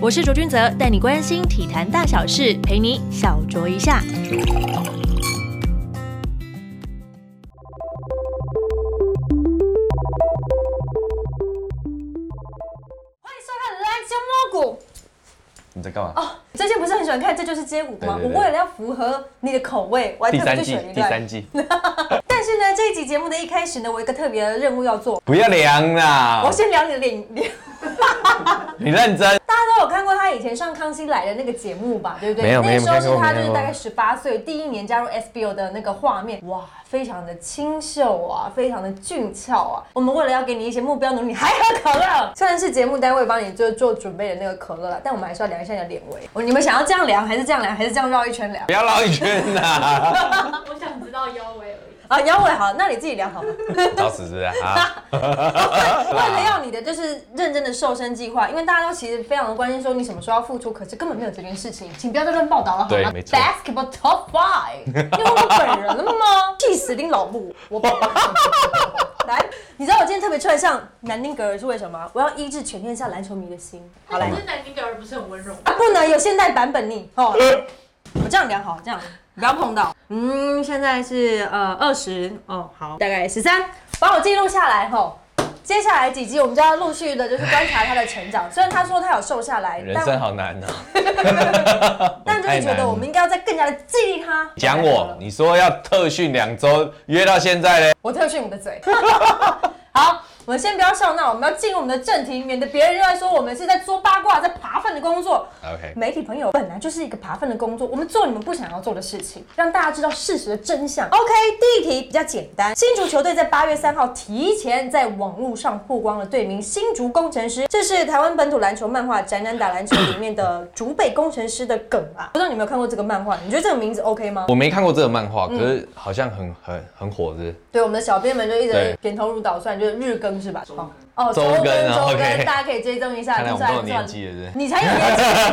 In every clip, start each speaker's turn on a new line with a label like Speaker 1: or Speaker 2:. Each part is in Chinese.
Speaker 1: 我是卓君泽，带你关心体坛大小事，陪你小酌一下。
Speaker 2: 欢迎收看《来香蘑菇》
Speaker 3: 你在干嘛？
Speaker 2: 哦，最近不是很喜欢看《这就是街舞》吗？
Speaker 3: 对对对
Speaker 2: 我为了要符合你的口味，我还
Speaker 3: 第
Speaker 2: 特别
Speaker 3: 三
Speaker 2: 去
Speaker 3: 季
Speaker 2: 选，一
Speaker 3: 第
Speaker 2: 段。
Speaker 3: 三季，
Speaker 2: 但是呢，这一集节目的一开始呢，我有一个特别的任务要做，
Speaker 3: 不要凉啦
Speaker 2: 我！先聊你的脸脸。
Speaker 3: 你认真，
Speaker 2: 大家都有看过他以前上《康熙来了》那个节目吧，对不对？
Speaker 3: 没有
Speaker 2: 那个时候
Speaker 3: 没有
Speaker 2: 是
Speaker 3: 没
Speaker 2: 他
Speaker 3: 看过
Speaker 2: 就
Speaker 3: 没
Speaker 2: 是
Speaker 3: 看过
Speaker 2: 大概十八岁第一年加入 SBO 的那个画面，哇，非常的清秀啊，非常的俊俏啊。我们为了要给你一些目标努力，还喝可乐。虽然是节目单位帮你做做准备的那个可乐了，但我们还是要量一下你的脸围。我你们想要这样量，还是这样量，还是这样绕一圈 量
Speaker 3: 不？要绕一圈啦！
Speaker 4: 我想知道腰围而已。
Speaker 2: 啊，腰围好，那你自己量好 了。
Speaker 3: 找死是啊不是啊？
Speaker 2: 为了要你的就是认真的瘦身计划，因为大家都其实非常的关心说你什么时候要复出，可是根本没有这件事情，请不要再乱报道了好
Speaker 3: 对
Speaker 2: 吗
Speaker 3: 没错
Speaker 2: ？Basketball Top Five，你问我本人了 吗？气死丁老木，我本人。来，你知道我今天特别出来上南丁格尔是为什么吗？我要医治全天下篮球迷的心。好来
Speaker 4: 可，是南京表人不是很温柔
Speaker 5: 哎
Speaker 4: 吗？
Speaker 2: 啊不能有现代版本你哦。我这样量好，这样不要碰到。嗯，现在是呃二十哦，好，大概十三，把我记录下来吼。接下来几集我们就要陆续的，就是观察他的成长。虽然他说他有瘦下来，
Speaker 3: 人生
Speaker 2: 但
Speaker 3: 好难哦。
Speaker 2: 但就是觉
Speaker 3: 太难
Speaker 2: 得
Speaker 3: 了
Speaker 2: 我们应该要再更加的激励他。
Speaker 3: 讲我，你说要特训两周，约到现在嘞？
Speaker 2: 我特训你的嘴。 好，我们先不要笑闹，我们要进入我们的正题，免得别人又在说我们是在做八卦、在扒粪的工作。
Speaker 3: OK，
Speaker 2: 媒体朋友本来就是一个扒粪的工作，我们做你们不想要做的事情，让大家知道事实的真相。OK，第一 题比较简单，新竹球队在八月三号提前在网络上曝光了队名新竹工程师，这是台湾本土篮球漫画《宅男打篮球》里面的竹北工程师的梗啊。不知道你有没有看过这个漫画？你觉得这个名字 OK 吗？
Speaker 3: 我没看过这个漫画，
Speaker 2: 嗯
Speaker 3: 可是好像很很很火，是不是？
Speaker 2: 对，我们的小编们就一直
Speaker 3: 对
Speaker 2: 点头如捣蒜，就是日更是吧？哦哦，
Speaker 3: 周更啊
Speaker 2: 周更，
Speaker 3: OK
Speaker 2: 大家可以追踪一下，
Speaker 3: 看来我
Speaker 2: 不
Speaker 3: 们
Speaker 2: 错
Speaker 3: 都有
Speaker 2: 不
Speaker 3: 年
Speaker 2: 错。
Speaker 3: 纪了，是不是？
Speaker 2: 你才有年纪，你才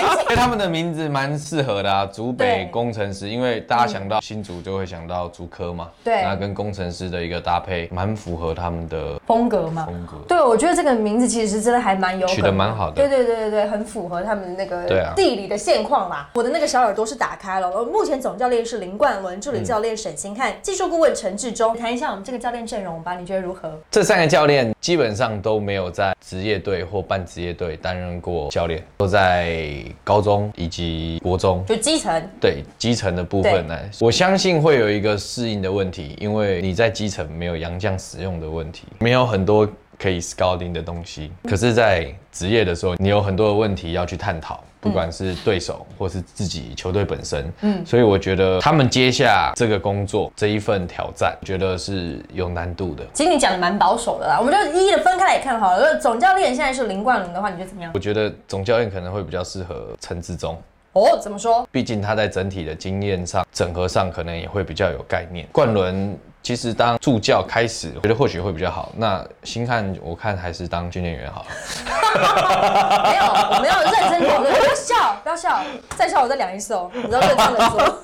Speaker 2: 有 年纪。
Speaker 3: 哎，他们的名字蛮适合的啊，竹北
Speaker 2: 对嗯
Speaker 3: 工程师，因为大家想到新竹就会想到竹科嘛，
Speaker 2: 对
Speaker 3: 那跟工程师的一个搭配，蛮符合他们的
Speaker 2: 风格嘛。
Speaker 3: 风格
Speaker 2: 对，我觉得这个名字其实真的还蛮有梗
Speaker 3: 取得蛮好的
Speaker 2: 对对对对对，很符合他们那
Speaker 3: 对
Speaker 2: 个
Speaker 3: 啊
Speaker 2: 地理的现况啦。我的那个小耳朵是打开了。呃目前总教练是林冠文，助理教练沈星汉，技术顾问陈志忠。谈一下我们这个教练阵容吧，你觉得如何？
Speaker 3: 这三个教练基本上都没有在职业队或半职业队担任过教练，都在高中以及国中。
Speaker 2: 就基层，
Speaker 3: 对基层的部分来，我相信会有一个适应的问题，因为你在基层没有洋将使用的问题，没有很多可以 scouting 的东西。可是，在职业的时候，你有很多的问题要去探讨，不管是对手或是自己球队本身。嗯，所以我觉得他们接下这个工作这一份挑战，觉得是有难度的。
Speaker 2: 其实你讲的蛮保守的啦。我们就一一的分开来看好了。总教练现在是林冠伦的话，你觉得怎么样？
Speaker 3: 我觉得总教练可能会比较适合陈志忠，
Speaker 2: 哦，怎么说？
Speaker 3: 毕竟他在整体的经验上、整合上可能也会比较有概念。冠伦其实当助教开始，我觉得或许会比较好。那星汉我看还是当训练员好了。
Speaker 2: 没有，我们要认真讨论，不要笑，不要笑，再笑我再量一次哦。你知道认真的说。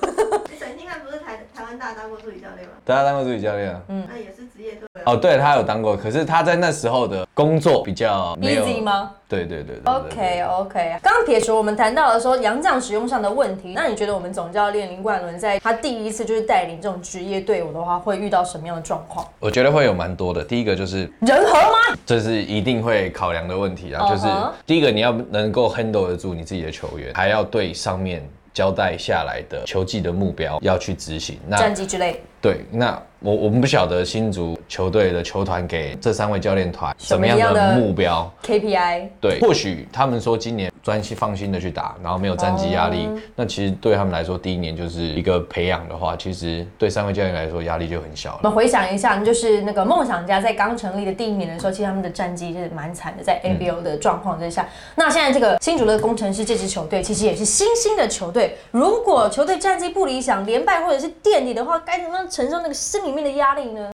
Speaker 5: 沈星汉不是台台湾大当过助理教练吗？
Speaker 3: 大家当过助理教练啊？
Speaker 5: 那也是职业队啊。
Speaker 3: 哦，对他有当过，可是他在那时候的工作比较 没有
Speaker 2: Easy 吗？哦
Speaker 3: 对对对对对
Speaker 2: OK OK，刚刚撇除我们谈到了说洋将使用上的问题，那你觉得我们总教练林冠伦在他第一次就是带领这种职业队伍的话，会遇到什么样的状况？
Speaker 3: 我觉得会有蛮多的。第一个就是
Speaker 2: 人和吗？
Speaker 3: 这是一定会考量的问题啊
Speaker 2: 嗯哼
Speaker 3: 就是第一个你要能够 handle 得住你自己的球员，还要对上面交代下来的球技的目标要去执行。那
Speaker 2: 战绩之类，
Speaker 3: 对，那我我们不晓得新竹球队的球团给这三位教练团
Speaker 2: 什
Speaker 3: 什
Speaker 2: 么
Speaker 3: 么
Speaker 2: 样
Speaker 3: 样
Speaker 2: 的
Speaker 3: 的目标。
Speaker 2: KPI
Speaker 3: 对，或许他们说今年专心放心的去打，然后没有战绩压力，
Speaker 2: 嗯
Speaker 3: 那其实对他们来说，第一年就是一个培养的话，其实对三位教练来说压力就很小
Speaker 2: 我们
Speaker 3: 了。
Speaker 2: 回想一下，就是那个梦想家在刚成立的第一年的时候，其实他们的战绩是蛮惨的，在
Speaker 3: 嗯
Speaker 2: ABO 的状况之下。那现在这个新竹的工程师这支球队，其实也是新兴的球队。如果球队战绩不理想、连败或者是垫底的话，该怎么样承受那个心里面的压力呢？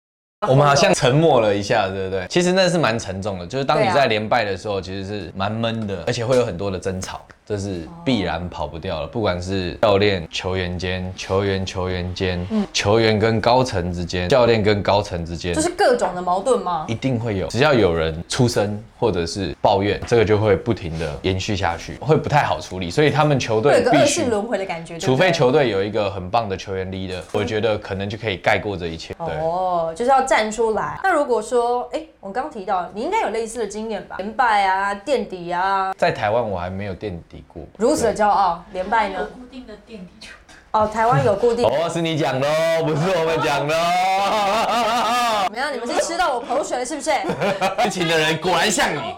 Speaker 3: 我们好像沉默了一下，对不对？其实那是蛮沉重的，就是当你
Speaker 2: 对啊
Speaker 3: 在连败的时候，其实是蛮闷的，而且会有很多的争吵，这是必然跑不掉了。不管是教练、球员间、球员、球员间、球员跟高层之间、教练跟高层之间
Speaker 2: 嗯就，是各种的矛盾吗？
Speaker 3: 一定会有。只要有人出声或者是抱怨，这个就会不停的延续下去，会不太好处理。所以他们球
Speaker 2: 会有
Speaker 3: 队
Speaker 2: 一个
Speaker 3: 必
Speaker 2: 恶
Speaker 3: 须
Speaker 2: 性。轮回的感觉，对不对
Speaker 3: 除非球队有一个很棒的球员 leader，我觉得可能就可以盖过这一切。对，
Speaker 2: 哦，就是要站出来。那如果说，哎、我刚刚提到，你应该有类似的经验吧？连败啊，垫底啊，
Speaker 3: 在台湾我还没有垫底过，
Speaker 2: 如此的
Speaker 3: 对
Speaker 2: 骄傲，连败
Speaker 4: 有
Speaker 2: 呢？
Speaker 4: 固定的垫底球，
Speaker 2: 哦，台湾有固定。
Speaker 3: 哦，是你讲的哦，不是我们讲的哦。
Speaker 2: 怎么样？你们是吃到我口水了是不 是？
Speaker 3: 爱情的人果然像
Speaker 4: 哦
Speaker 5: 哎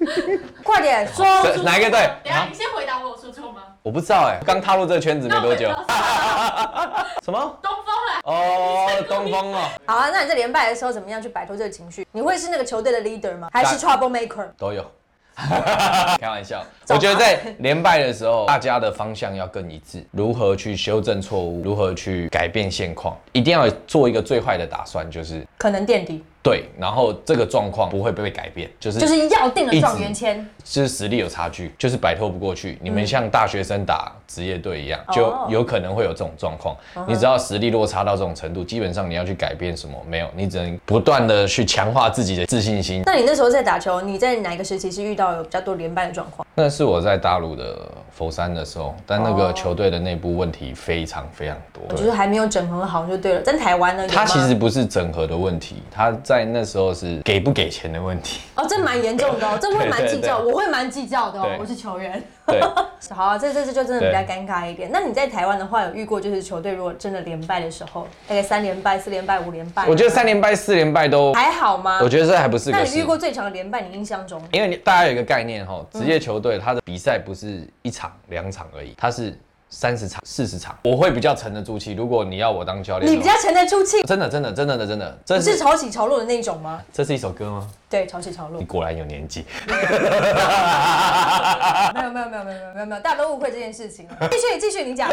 Speaker 3: 你，
Speaker 4: 对啊，
Speaker 2: 快点说，
Speaker 3: 这哪一个对？
Speaker 4: 等一下
Speaker 3: 啊
Speaker 4: 你，先回答我，有说错吗？
Speaker 3: 我不知道哎，刚踏入这个圈子没
Speaker 4: 那我
Speaker 3: 多
Speaker 4: 也
Speaker 3: 久
Speaker 4: 不。知道
Speaker 3: 什么？
Speaker 4: 东风来，
Speaker 3: 哦，东风哦，
Speaker 2: 好啊，那你在连败的时候怎么样去摆脱这个情绪？你会是那个球队的 leader 吗？还是 trouble maker？
Speaker 3: 都有。 开玩笑，我觉得在连败的时候，大家的方向要更一致，如何去修正错误，如何去改变现况，一定要做一个最坏的打算，就是
Speaker 2: 可能垫底，
Speaker 3: 对，然后这个状况不会被改变，就是
Speaker 2: 就是要定了状元签。
Speaker 3: 就是实力有差距，就是摆脱不过去。你们像大学生打职业队一样，就
Speaker 2: 哦嗯
Speaker 3: 有可能会有这种状况。你只要实力落差到这种程度，基本上你要去改变什么没有，你只能不断的去强化自己的自信心。
Speaker 2: 那你那时候在打球，你在哪一个时期是遇到有比较多连败的状况？
Speaker 3: 那是我在大陆的佛山的时候，但那
Speaker 2: 哦
Speaker 3: 个球队的内部问题非常非常多。
Speaker 2: 就
Speaker 3: 对
Speaker 2: 是还没有整合好就对了。在台湾呢，有吗
Speaker 3: 他其实不是整合的问题，他在那时候是给不给钱的问题。
Speaker 2: 哦，这蛮严重的 哦，这会蛮计较，
Speaker 3: 对对对
Speaker 2: 我会蛮计较的哦
Speaker 3: 对，
Speaker 2: 我是球员。
Speaker 3: 对，
Speaker 2: 好、啊，这这次就真的比较尴尬一点。那你在台湾的话，有遇过就是球队如果真的连败的时候，大概三连败、四连败、五连败，
Speaker 3: 我觉得三连败、四连败都，
Speaker 2: 还好吗？
Speaker 3: 我觉得这还不是
Speaker 2: 那
Speaker 3: 个
Speaker 2: 你
Speaker 3: 事
Speaker 2: 遇。过最长的连败，你印象中？
Speaker 3: 因为你大家有一个概念哈，
Speaker 2: 嗯
Speaker 3: 职业球队它的比赛不是一场两场而已，它是三十场、四十场。我会比较沉得住气。如果你要我当教练
Speaker 2: 你
Speaker 3: 的话，
Speaker 2: 比较沉得住气，
Speaker 3: 真的真的真的真的，
Speaker 2: 不
Speaker 3: 这
Speaker 2: 是
Speaker 3: 是
Speaker 2: 潮起潮落的那种吗？
Speaker 3: 这是一首歌吗？
Speaker 2: 对，潮起潮落
Speaker 3: 你。果然有年纪。 啊
Speaker 2: 没有没有没有没有没有没有没有，大家都误会这件事情了。继续继续，你 讲，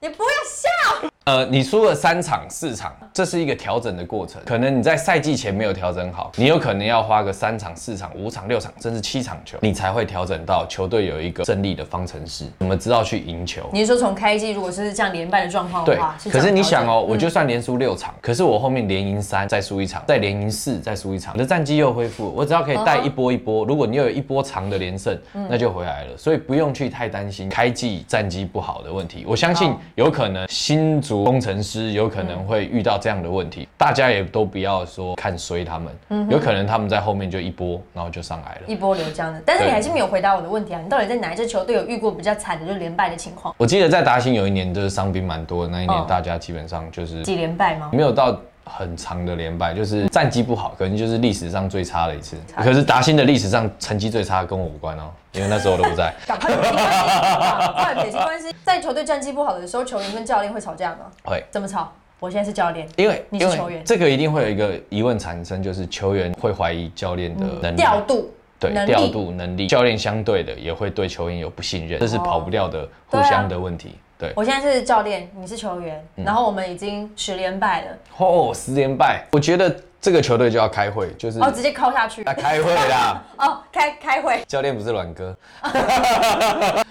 Speaker 2: 也不要笑。
Speaker 3: 呃，你输了三场、四场，这是一个调整的过程。可能你在赛季前没有调整好，你有可能要花个三场、四场、五场、六场，甚至七场球，你才会调整到球队有一个胜利的方程式，我们知道去赢球。
Speaker 2: 你是说从开机如果是这样连败的状况的
Speaker 3: 对
Speaker 2: 话，，哦这
Speaker 3: 可
Speaker 2: 样嗯
Speaker 3: 是你
Speaker 2: 调整
Speaker 3: 想哦，我就算连输六场，可是我后面连赢三，再输一场，再连赢四，再输一场，我的战绩又恢复。我只要可以
Speaker 2: 嗯
Speaker 3: 带一波一波，如果你又有一波长的连胜，那就回来了。所以不用去太担心开季战绩不好的问题。我相信
Speaker 2: 哦
Speaker 3: 有可能新竹工程师有可能会遇到这样的问
Speaker 2: 嗯
Speaker 3: 题，大家也都不要说看衰他们，有可能他们在后面就一波，然后就上来了。
Speaker 2: 一波流江的，但是你
Speaker 3: 对
Speaker 2: 还是没有回答我的问题啊！你到底在哪一支球队有遇过比较惨的，就是连败的情况？
Speaker 3: 我记得在达兴有一年就是伤兵蛮多的，那一
Speaker 2: 哦
Speaker 3: 年大家基本上就是
Speaker 2: 几连败 吗？
Speaker 3: 没有到很长的连败，就是战绩不好，可能就是历史上最差的一次。可是达兴的历史上成绩最差跟我无关哦，因为那时候我都 不在。
Speaker 2: 赶快撇清关系，啊赶快撇清关系。在球队战绩不好的时候，球员跟教练会吵架吗？
Speaker 3: 会，
Speaker 2: 怎么吵？我现在是教练，
Speaker 3: 因为
Speaker 2: 你是
Speaker 3: 因为
Speaker 2: 球员
Speaker 3: 这个一定会有一个疑问产生，就是球员会怀疑教练的呃能
Speaker 2: 嗯
Speaker 3: 力。
Speaker 2: 调度
Speaker 3: 对
Speaker 2: 能力
Speaker 3: 调度能力，教练相对的也会对球员有不信
Speaker 2: 啊
Speaker 3: 任，这是跑不掉的
Speaker 2: 对
Speaker 3: 互
Speaker 2: 啊
Speaker 3: 相的问题。对，
Speaker 2: 我现在是教练，你是球员，然后我们已经十连败了，
Speaker 3: 哦，十连败，我觉得这个球队就要开会，就是哎
Speaker 2: 哦，直接敲下去
Speaker 3: 要开会啦。
Speaker 2: 哦，开开会，
Speaker 3: 教练不是阮哥，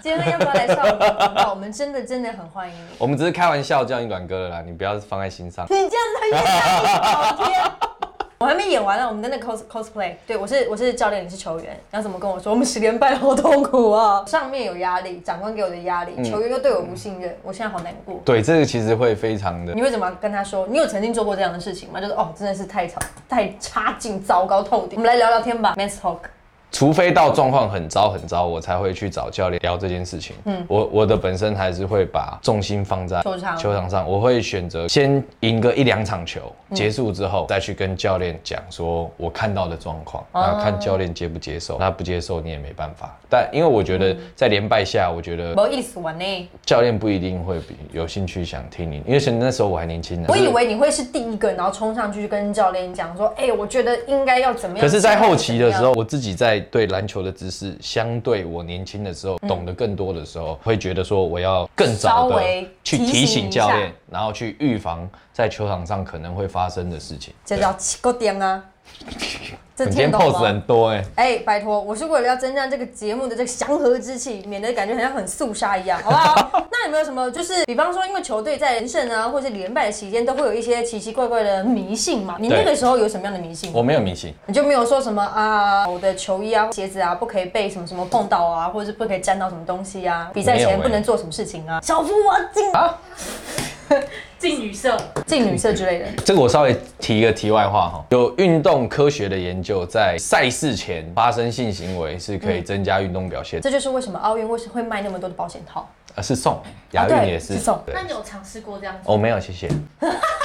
Speaker 2: 今天要不要来上我们的频道？我们真的真的很欢迎你。
Speaker 3: 我们只是开玩笑叫你阮哥的啦，你不要放在心上。
Speaker 2: 你这样子他越来越讨厌。 我还没演完呢，我们的那个 cos cosplay，对我是我是教练，你是球员，然后怎么跟我说我们十连败了好痛苦啊？上面有压力，长官给我的压力，球员又对我不信任，我现在好难过。
Speaker 3: 对，这个其实会非常的
Speaker 2: 你会怎么跟他说？你有曾经做过这样的事情吗？就是哦，真的是太吵、太差劲、糟糕透顶。我们来聊聊天吧，Man's Talk。
Speaker 3: 除非到状况很糟很糟，我才会去找教练聊这件事情。嗯，我我的本身还是会把重心放在
Speaker 2: 球场
Speaker 3: 上，我会选择先赢个一两场球，
Speaker 2: 嗯
Speaker 3: 结束之后再去跟教练讲说我看到的状况，
Speaker 2: 哦
Speaker 3: 那看教练接不接受，那不接受你也没办法。但因为我觉
Speaker 2: 嗯
Speaker 3: 得在连败下，我觉得
Speaker 2: 我意思完呢，
Speaker 3: 教练不一定会比有兴趣想听你，因为其实那时候我还年轻呢。
Speaker 2: 我以为你会是第一个，然后冲上去跟教练讲说，哎、我觉得应该要怎么样。
Speaker 3: 可是，在后期的时
Speaker 2: 怎么样，
Speaker 3: 候，我自己在对篮球的知识，相对我年轻的时候懂得更多的时候，会觉得说我要更
Speaker 2: 嗯
Speaker 3: 早
Speaker 2: 稍
Speaker 3: 的
Speaker 2: 微
Speaker 3: 去
Speaker 2: 提
Speaker 3: 提
Speaker 2: 醒
Speaker 3: 醒
Speaker 2: 一
Speaker 3: 教
Speaker 2: 下
Speaker 3: 练，然后去预防在球场上可能会发生的事情。
Speaker 2: 这
Speaker 3: 对
Speaker 2: 叫起个点啊！这
Speaker 3: 你今天
Speaker 2: 听懂
Speaker 3: pose
Speaker 2: 吗
Speaker 3: 很？多哎、
Speaker 2: 哎、拜托，我是为了要增加这个节目的这个祥和之气，免得感觉好像很肃杀一样，好不 好？那有没有什么，就是比方说，因为球队在连胜啊，或是连败的期间，都会有一些奇奇怪怪的迷信嘛？你那个
Speaker 3: 对
Speaker 2: 时候有什么样的迷信？
Speaker 3: 我没有迷信，
Speaker 2: 你就没有说什么啊，我的球衣啊、鞋子啊，不可以被什么什么碰到啊，或者是不可以沾到什么东西啊，比赛
Speaker 3: 没有
Speaker 2: 前
Speaker 3: 欸
Speaker 2: 不能做什么事情啊，小夫我要进
Speaker 4: 进女社，
Speaker 2: 进女社之类的。
Speaker 3: 这个我稍微提一个题外话哈，有运动科学的研究，在赛事前发生性行为是可以
Speaker 2: 嗯
Speaker 3: 增加运动表现，
Speaker 2: 这就是为什么奥运为什么会卖那么多的保险套。
Speaker 3: 呃，是送亚运
Speaker 2: 啊对
Speaker 3: 也是
Speaker 2: 是送
Speaker 3: 对
Speaker 4: 那你有尝试过这样子？
Speaker 3: 哦，没有，谢 谢。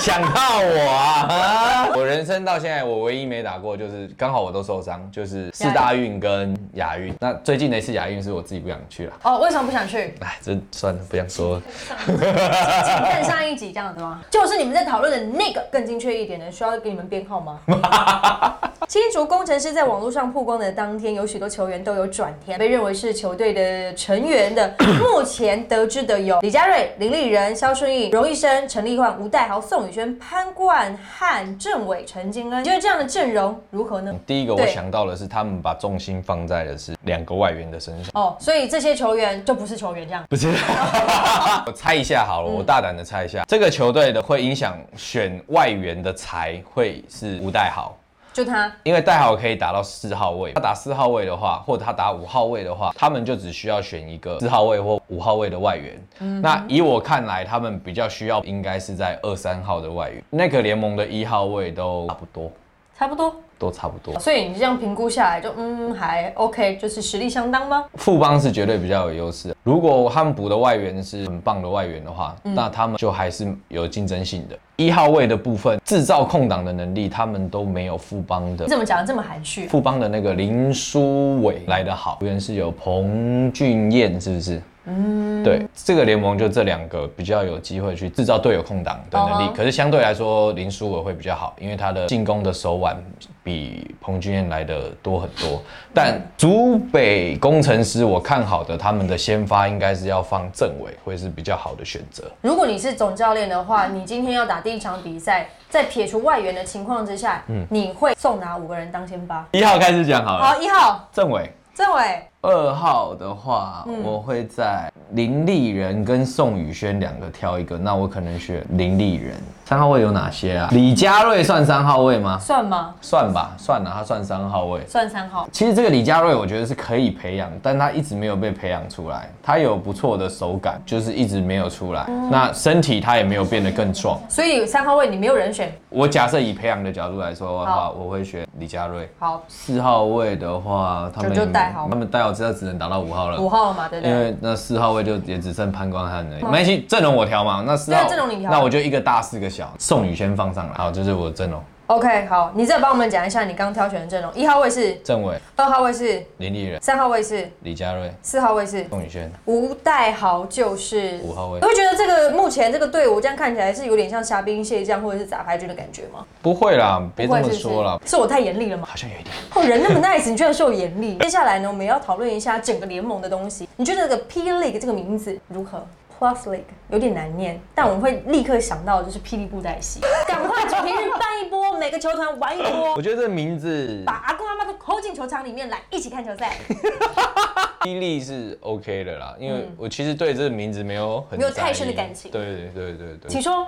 Speaker 3: 想到我啊，我人生到现在我唯一没打过就是刚好我都受伤，就是四大运跟亚运。那最近的一次亚运是我自己不想去了，
Speaker 2: 哦，为什么不想去？
Speaker 3: 哎，这算了，不想说了。
Speaker 2: 请看上一集这样子吗？就是你们在讨论的那个更精确一点的，需要给你们编号吗？新竹工程师在网络上曝光的当天，有许多球员都有转天，被认为是球队的成员的。目前得知的有李佳瑞、林立人、肖顺义、荣医生、陈立焕、吴岱豪、宋宇轩、潘冠汉、郑伟、陈金恩。你觉得这样的阵容如何呢？
Speaker 3: 第一个我
Speaker 2: 对
Speaker 3: 想到的是，他们把重心放在的是两个外援的身上。
Speaker 2: 哦，所以这些球员就不是球员这样。
Speaker 3: 不是， 嗯我猜一下好了，我大胆的猜一下，这个球队的会影响选外援的才会是吴代豪，
Speaker 2: 就他
Speaker 3: 因为代号可以打到四号位，他打四号位的话，或者他打五号位的话，他们就只需要选一个四号位或五号位的外援。那以我看来，他们比较需要应该是在二三号的外援，那个联盟的一号位都差不多，
Speaker 2: 差不多，哦
Speaker 3: 都差不多。
Speaker 2: 所以你这样评估下来就嗯还 OK，就是实力相当吗？
Speaker 3: 富邦是绝对比较有优势。如果他们补的外援是很棒的外援的话，那他们就还是有竞争性的。一号位的部分制造空档的能力，他们都没有富邦的
Speaker 2: 你怎么讲得这么含蓄？
Speaker 3: 富邦的那个林书伟来得好，原是有彭俊彦，是不是？嗯，对，这个联盟就这两个比较有机会去制造队友空档的能力。
Speaker 2: 嗯哼
Speaker 3: 可是相对来说，林书伟会比较好，因为他的进攻的手腕比彭俊彦来的多很多。但竹北工程师，我看好的他们的先发应该是要放政委，会是比较好的选择。
Speaker 2: 如果你是总教练的话，
Speaker 3: 嗯
Speaker 2: 你今天要打第一场比赛，在撇除外援的情况之下，
Speaker 3: 嗯
Speaker 2: 你会送哪五个人当先发？
Speaker 3: 一号开始讲好了，
Speaker 2: 好，一号
Speaker 3: 政委。
Speaker 2: 郑伟，
Speaker 3: 二号的话，
Speaker 2: 嗯
Speaker 3: 我会在林立人跟宋宇轩两个挑一个，那我可能选林立人。三号位有哪些啊？李佳瑞算三号位吗？
Speaker 2: 算吗？
Speaker 3: 算吧，算了，他算三号位。
Speaker 2: 算三号。
Speaker 3: 其实这个李佳瑞，我觉得是可以培养，但他一直没有被培养出来。他有不错的手感，就是一直没有出来。
Speaker 2: 嗯
Speaker 3: 那身体他也没有变得更壮。
Speaker 2: 所以三号位你没有人选。
Speaker 3: 我假设以培养的角度来说的话，
Speaker 2: 好
Speaker 3: 我会选李佳瑞。
Speaker 2: 好，
Speaker 3: 四号位的话，他们
Speaker 2: 就就代号
Speaker 3: 他们代号知道只能打到五号了。
Speaker 2: 五号了嘛，对不
Speaker 3: 因
Speaker 2: 对？
Speaker 3: 为那四号位就也只剩潘光汉而已，没关系，阵容我调嘛。那四号
Speaker 2: 对阵容你调
Speaker 3: 那我就一个大四个小，宋宇先放上来，好，这是我的阵容。
Speaker 2: OK，好，你再帮我们讲一下你刚挑选的阵容，一号位是，
Speaker 3: 政委
Speaker 2: 二号位是，
Speaker 3: 林立人、
Speaker 2: 三号位是，
Speaker 3: 李佳瑞、
Speaker 2: 四号位是，
Speaker 3: 宋宇轩，
Speaker 2: 吴代豪就是
Speaker 3: 五号位
Speaker 2: 你会觉得这个目前这个队伍这样看起来是有点像虾兵蟹将或者是杂牌军的感觉吗？
Speaker 3: 不会啦，别这
Speaker 2: 不
Speaker 3: 么
Speaker 2: 会是不是
Speaker 3: 说啦，
Speaker 2: 是我太严厉了吗？
Speaker 3: 好像有一点。
Speaker 2: 哦，人那么 nice，你居然说我严厉。接下来呢，我们要讨论一下整个联盟的东西。你觉得这个 P League 这个名字如何？Plus League 有点难念，但我们会立刻想到的就是霹雳布袋戏。赶快主题日办一波，每个球团玩一波
Speaker 3: 我，觉得这名字
Speaker 2: 把阿公阿妈都扣进球场里面来，一起看球赛，
Speaker 3: 霹雳是 OK 的啦，因为我其实对这个名字没有很
Speaker 2: 嗯没有太深的
Speaker 3: 在意
Speaker 2: 感情
Speaker 3: 对对对对
Speaker 2: 请
Speaker 3: 对。
Speaker 2: 说。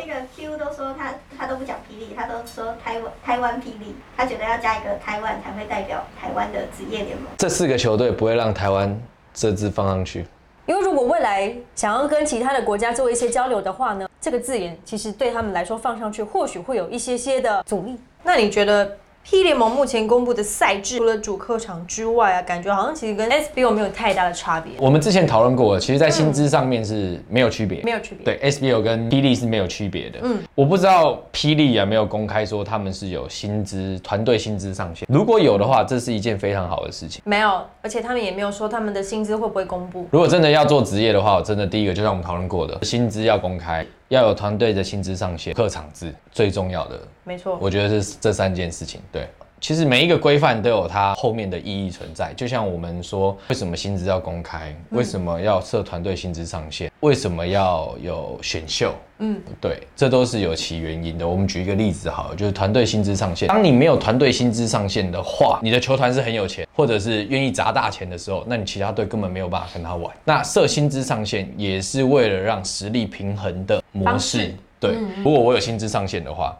Speaker 5: 那个 Q 都说他他都不讲霹雳，他都说台湾台湾霹雳，他觉得要加一个台湾才会代表台湾的职业联盟。
Speaker 3: 这四个球队不会让台湾这支放上去。
Speaker 2: 因为如果未来想要跟其他的国家做一些交流的话呢，这个字眼其实对他们来说放上去或许会有一些些的阻力。那你觉得 P 联盟目前公布的赛制，除了主客场之外啊，感觉好像其实跟 SBO 没有太大的差别，
Speaker 3: 我们之前讨论过了，其实，在薪资上面是没有区别，
Speaker 2: 嗯没有区别。，
Speaker 3: 对，SBL 跟霹雳是没有区别的。嗯，我不知道霹雳有没有公开说他们是有薪资团队薪资上限，如果有的话，这是一件非常好的事情。
Speaker 2: 没有，而且他们也没有说他们的薪资会不会公布。
Speaker 3: 如果真的要做职业的话，我真的第一个就像我们讨论过的，薪资要公开，要有团队的薪资上限，客场制最重要的，
Speaker 2: 没错，
Speaker 3: 我觉得是这三件事情。对，其实每一个规范都有它后面的意义存在。就像我们说，为什么薪资要公开？为什么要设团队薪资上限？为什么要有选秀？
Speaker 2: 嗯
Speaker 3: 嗯，对，这都是有其原因的。我们举一个例子好了，就是团队薪资上限。当你没有团队薪资上限的话，你的球团是很有钱，或者是愿意砸大钱的时候，那你其他队根本没有办法跟他玩。那设薪资上限也是为了让实力平衡的模
Speaker 4: 方
Speaker 3: 式
Speaker 4: 式。嗯
Speaker 3: 对，如果我有薪资上限的话，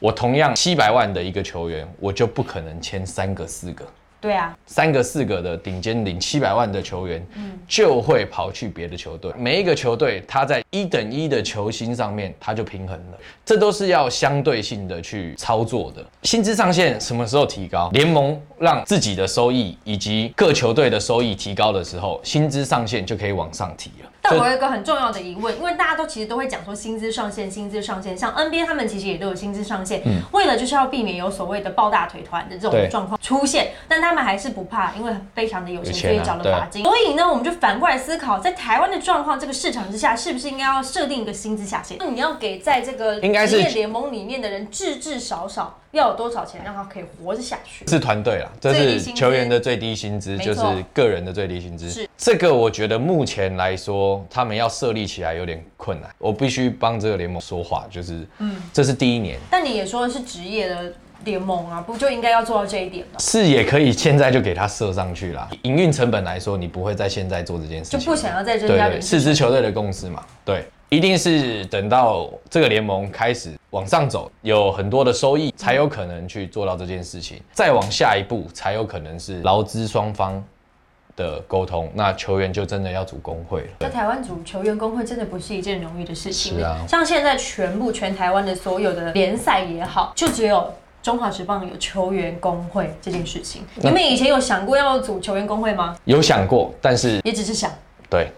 Speaker 3: 我同样七百万的一个球员，我就不可能签三个、四个。
Speaker 2: 对啊，
Speaker 3: 三个四个的顶尖领七百万的球员，就会跑去别的球队。每一个球队，他在一等一的球星上面，他就平衡了。这都是要相对性的去操作的。薪资上限什么时候提高？联盟让自己的收益以及各球队的收益提高的时候，薪资上限就可以往上提了。
Speaker 2: 但
Speaker 3: 这
Speaker 2: 我有一个很重要的疑问，因为大家都其实都会讲说薪资上限、薪资上限，像 NBA 他们其实也都有薪资上限，为了就是要避免有所谓的抱大腿团的这
Speaker 3: 嗯对
Speaker 2: 种状况出现，但他们还是不怕，因为非常的有钱，
Speaker 3: 有
Speaker 2: 所
Speaker 3: 钱啊
Speaker 2: 以缴了罚金。所以呢，我们就反过来思考，在台湾的状况这个市场之下，是不是应该要设定一个薪资下限？那你要给在这个
Speaker 3: 应该是
Speaker 2: 职业联盟里面的人至至少少要有多少钱，让他可以活着下去？
Speaker 3: 是团队啦，这
Speaker 2: 最低
Speaker 3: 是
Speaker 2: 薪资
Speaker 3: 球员的最低薪资，
Speaker 2: 没
Speaker 3: 就是
Speaker 2: 错
Speaker 3: 个人的最低薪资
Speaker 2: 是。
Speaker 3: 这个我觉得目前来说，他们要设立起来有点困难。我必须帮这个联盟说话，就是，嗯，这是第一年，
Speaker 2: 但你也说是职业的联盟啊，不就应该要做到这一点吗？
Speaker 3: 是也可以现在就给它设上去啦。营运成本来说，你不会在现在做这件事
Speaker 2: 就
Speaker 3: 情，
Speaker 2: 不想要再增
Speaker 3: 对
Speaker 2: 加
Speaker 3: 对，
Speaker 2: 人
Speaker 3: 四支球队的共识嘛，对，一定是等到这个联盟开始往上走，有很多的收益，才有可能去做到这件事情。再往下一步，才有可能是劳资双方的沟通，那球员就真的要组工会了。
Speaker 2: 在台湾组球员工会真的不是一件容易的事情。
Speaker 3: 是啊
Speaker 2: 像现在全部全台湾的所有的联赛也好，就只有中华职棒有球员工会这件事情。你们以前有想过要组球员工会吗？
Speaker 3: 有想过，但是
Speaker 2: 也只是想，
Speaker 3: 对，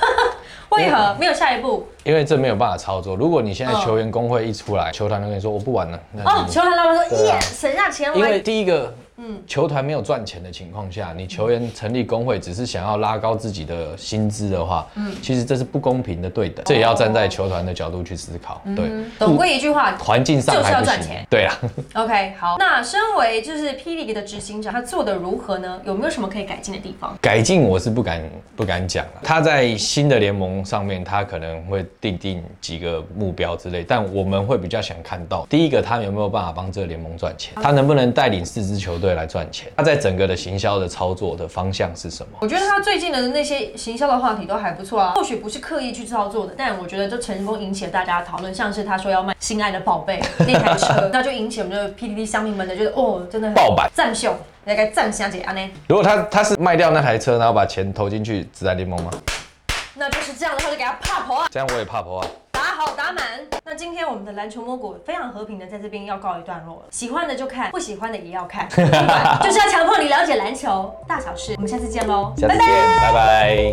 Speaker 2: 为何没有下一步？
Speaker 3: 因为这没有办法操作。如果你现在
Speaker 2: 嗯
Speaker 3: 球员工会一出来，球团就跟你说我不玩了，那
Speaker 2: 哦，
Speaker 3: 你
Speaker 2: 球团老板说
Speaker 3: 嗯对
Speaker 2: 耶
Speaker 3: 啊，
Speaker 2: 省下钱
Speaker 3: 因为
Speaker 2: 来。
Speaker 3: 第一个，
Speaker 2: 嗯
Speaker 3: 球团没有赚钱的情况下，你球员成立工会只是想要拉高自己的薪资的话，
Speaker 2: 嗯
Speaker 3: 其实这是不公平的对等，这也要站在球团的角度去思考，对，
Speaker 2: 总归一句话
Speaker 3: 环境上还
Speaker 2: 哦嗯就是要
Speaker 3: 不
Speaker 2: 赚
Speaker 3: 行
Speaker 2: 钱，
Speaker 3: 对啊，
Speaker 2: ，OK，好。那身为就是霹雳的执行长，他做的如何呢？有没有什么可以改进的地方？
Speaker 3: 改进我是不敢不敢讲了，他在新的联盟上面，他可能会定定几个目标之类，但我们会比较想看到，第一个他有没有办法帮这个联盟赚钱，他能不能带领四支球队来赚钱，他在整个的行销的操作的方向是什么？
Speaker 2: 我觉得他最近的那些行销的话题都还不错啊，或许不是刻意去操作的，但我觉得就成功引起了大家的讨论。像是他说要卖心爱的宝贝 那台车，那就引起我们的 PDD 乡民们的觉得哦，真的很
Speaker 3: 爆版
Speaker 2: 赞秀，大概赞香姐安呢，
Speaker 3: 如果他他是卖掉那台车，然后把钱投进去自然联盟吗？
Speaker 2: 那就是这样的话就给他怕婆啊，
Speaker 3: 这样我也怕婆啊。
Speaker 2: 打好打满。那今天我们的篮球摸果非常和平的在这边要告一段落了，喜欢的就看，不喜欢的也要 看，不管就是要强迫你了解篮球大小事。我们下次见喽，
Speaker 3: 下次见，拜拜